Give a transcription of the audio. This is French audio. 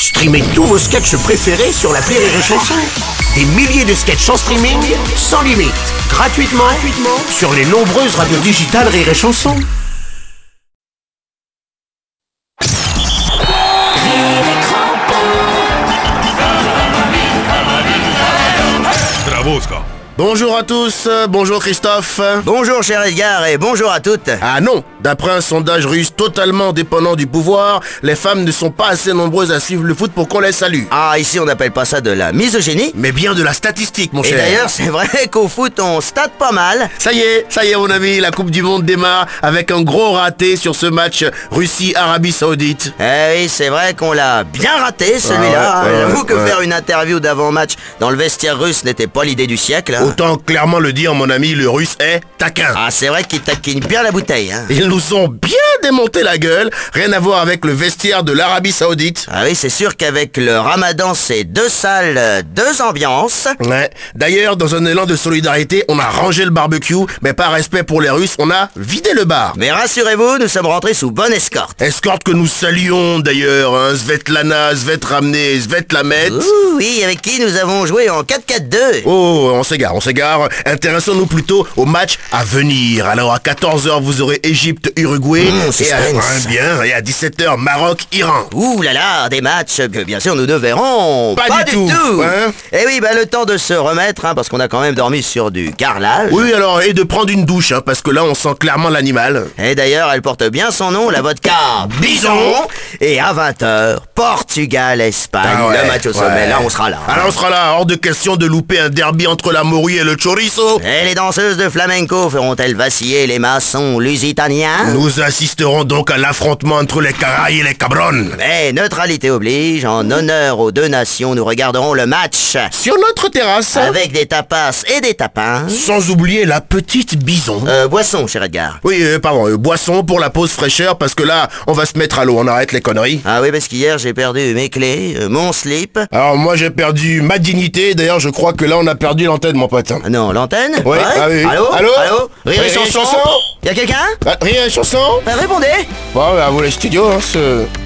Streamez tous vos sketchs préférés sur la Rire et Chanson. Des milliers de sketchs en streaming, sans limite, gratuitement, gratuitement sur les nombreuses radios digitales Rire et Chanson. Bravo, Oscar. Bonjour à tous, euh, bonjour Christophe. Bonjour cher Edgar et bonjour à toutes. Ah non, d'après un sondage russe totalement dépendant du pouvoir, les femmes ne sont pas assez nombreuses à suivre le foot pour qu'on les salue. Ah, ici on n'appelle pas ça de la misogynie. Mais bien de la statistique, mon Et cher. d'ailleurs, c'est vrai qu'au foot, on stade pas mal. ça y est, ça y est, mon ami, la Coupe du Monde démarre avec un gros raté sur ce match Russie-Arabie Saoudite. Eh oui, c'est vrai qu'on l'a bien raté celui-là. Ah ouais, ouais, J'avoue que ouais. faire une interview d'avant-match dans le vestiaire russe n'était pas l'idée du siècle. hein. Autant clairement le dire, mon ami, le russe est taquin. Ah, c'est vrai qu'il taquine bien la bouteille. hein. Ils nous ont bien démonté la gueule, rien à voir avec le vestiaire de l'Arabie Saoudite. Ah oui, c'est sûr qu'avec le ramadan, c'est deux salles, euh, deux ambiances. Ouais. D'ailleurs, dans un élan de solidarité, on a rangé le barbecue, mais par respect pour les Russes, on a vidé le bar. Mais rassurez-vous, nous sommes rentrés sous bonne escorte. Escorte que nous saluons d'ailleurs, hein, Svetlana, Svetramné, Svetlamet. Ouh, oui, avec qui nous avons joué en 4-4-2. Oh, on s'égare, on s'égare. Intéressons-nous plutôt au match à venir. Alors à 14h, vous aurez Égypte-Uruguay. Mmh, et à, suspense. Ouais, bien, et à 17h, Maroc-Iran. Ouh là là, des matchs que bien sûr nous ne verrons Pas du tout, hein. Et oui, bah, le temps de se remettre, hein, parce qu'on a quand même dormi sur du carrelage. Oui, alors, et de prendre une douche, hein, parce que là, on sent clairement l'animal. Et d'ailleurs, elle porte bien son nom, la vodka Bison. Et à 20h, Portugal-Espagne, Ah ouais, le match au sommet, ouais. là on sera là. Alors on sera là, hors de question de louper un derby entre la morue et le chorizo. Et les danseuses de flamenco feront-elles vaciller les maçons lusitaniens Nous assisterons donc à l'affrontement entre les carailles et les cabrones. Mais neutralité oblige, en honneur aux deux nations, nous regarderons le match Sur notre terrasse, avec des tapas et des tapins. sans oublier la petite bison. Euh, boisson, cher Edgar. Oui, euh, pardon, euh, boisson pour la pause fraîcheur, parce que là, on va se mettre à l'eau, on arrête les conneries. Ah oui, parce qu'hier j'ai perdu mes clés, euh, mon slip. Alors moi j'ai perdu ma dignité, d'ailleurs je crois que là on a perdu l'antenne mon pote. Ah non, l'antenne Oui, Ouais. ah oui, oui. Allô Allô Allô Rire Rire et et chanson chanson Y'a quelqu'un Ah, rien, chanson Bah, Répondez Bon, bah, vous les studios, hein, ce...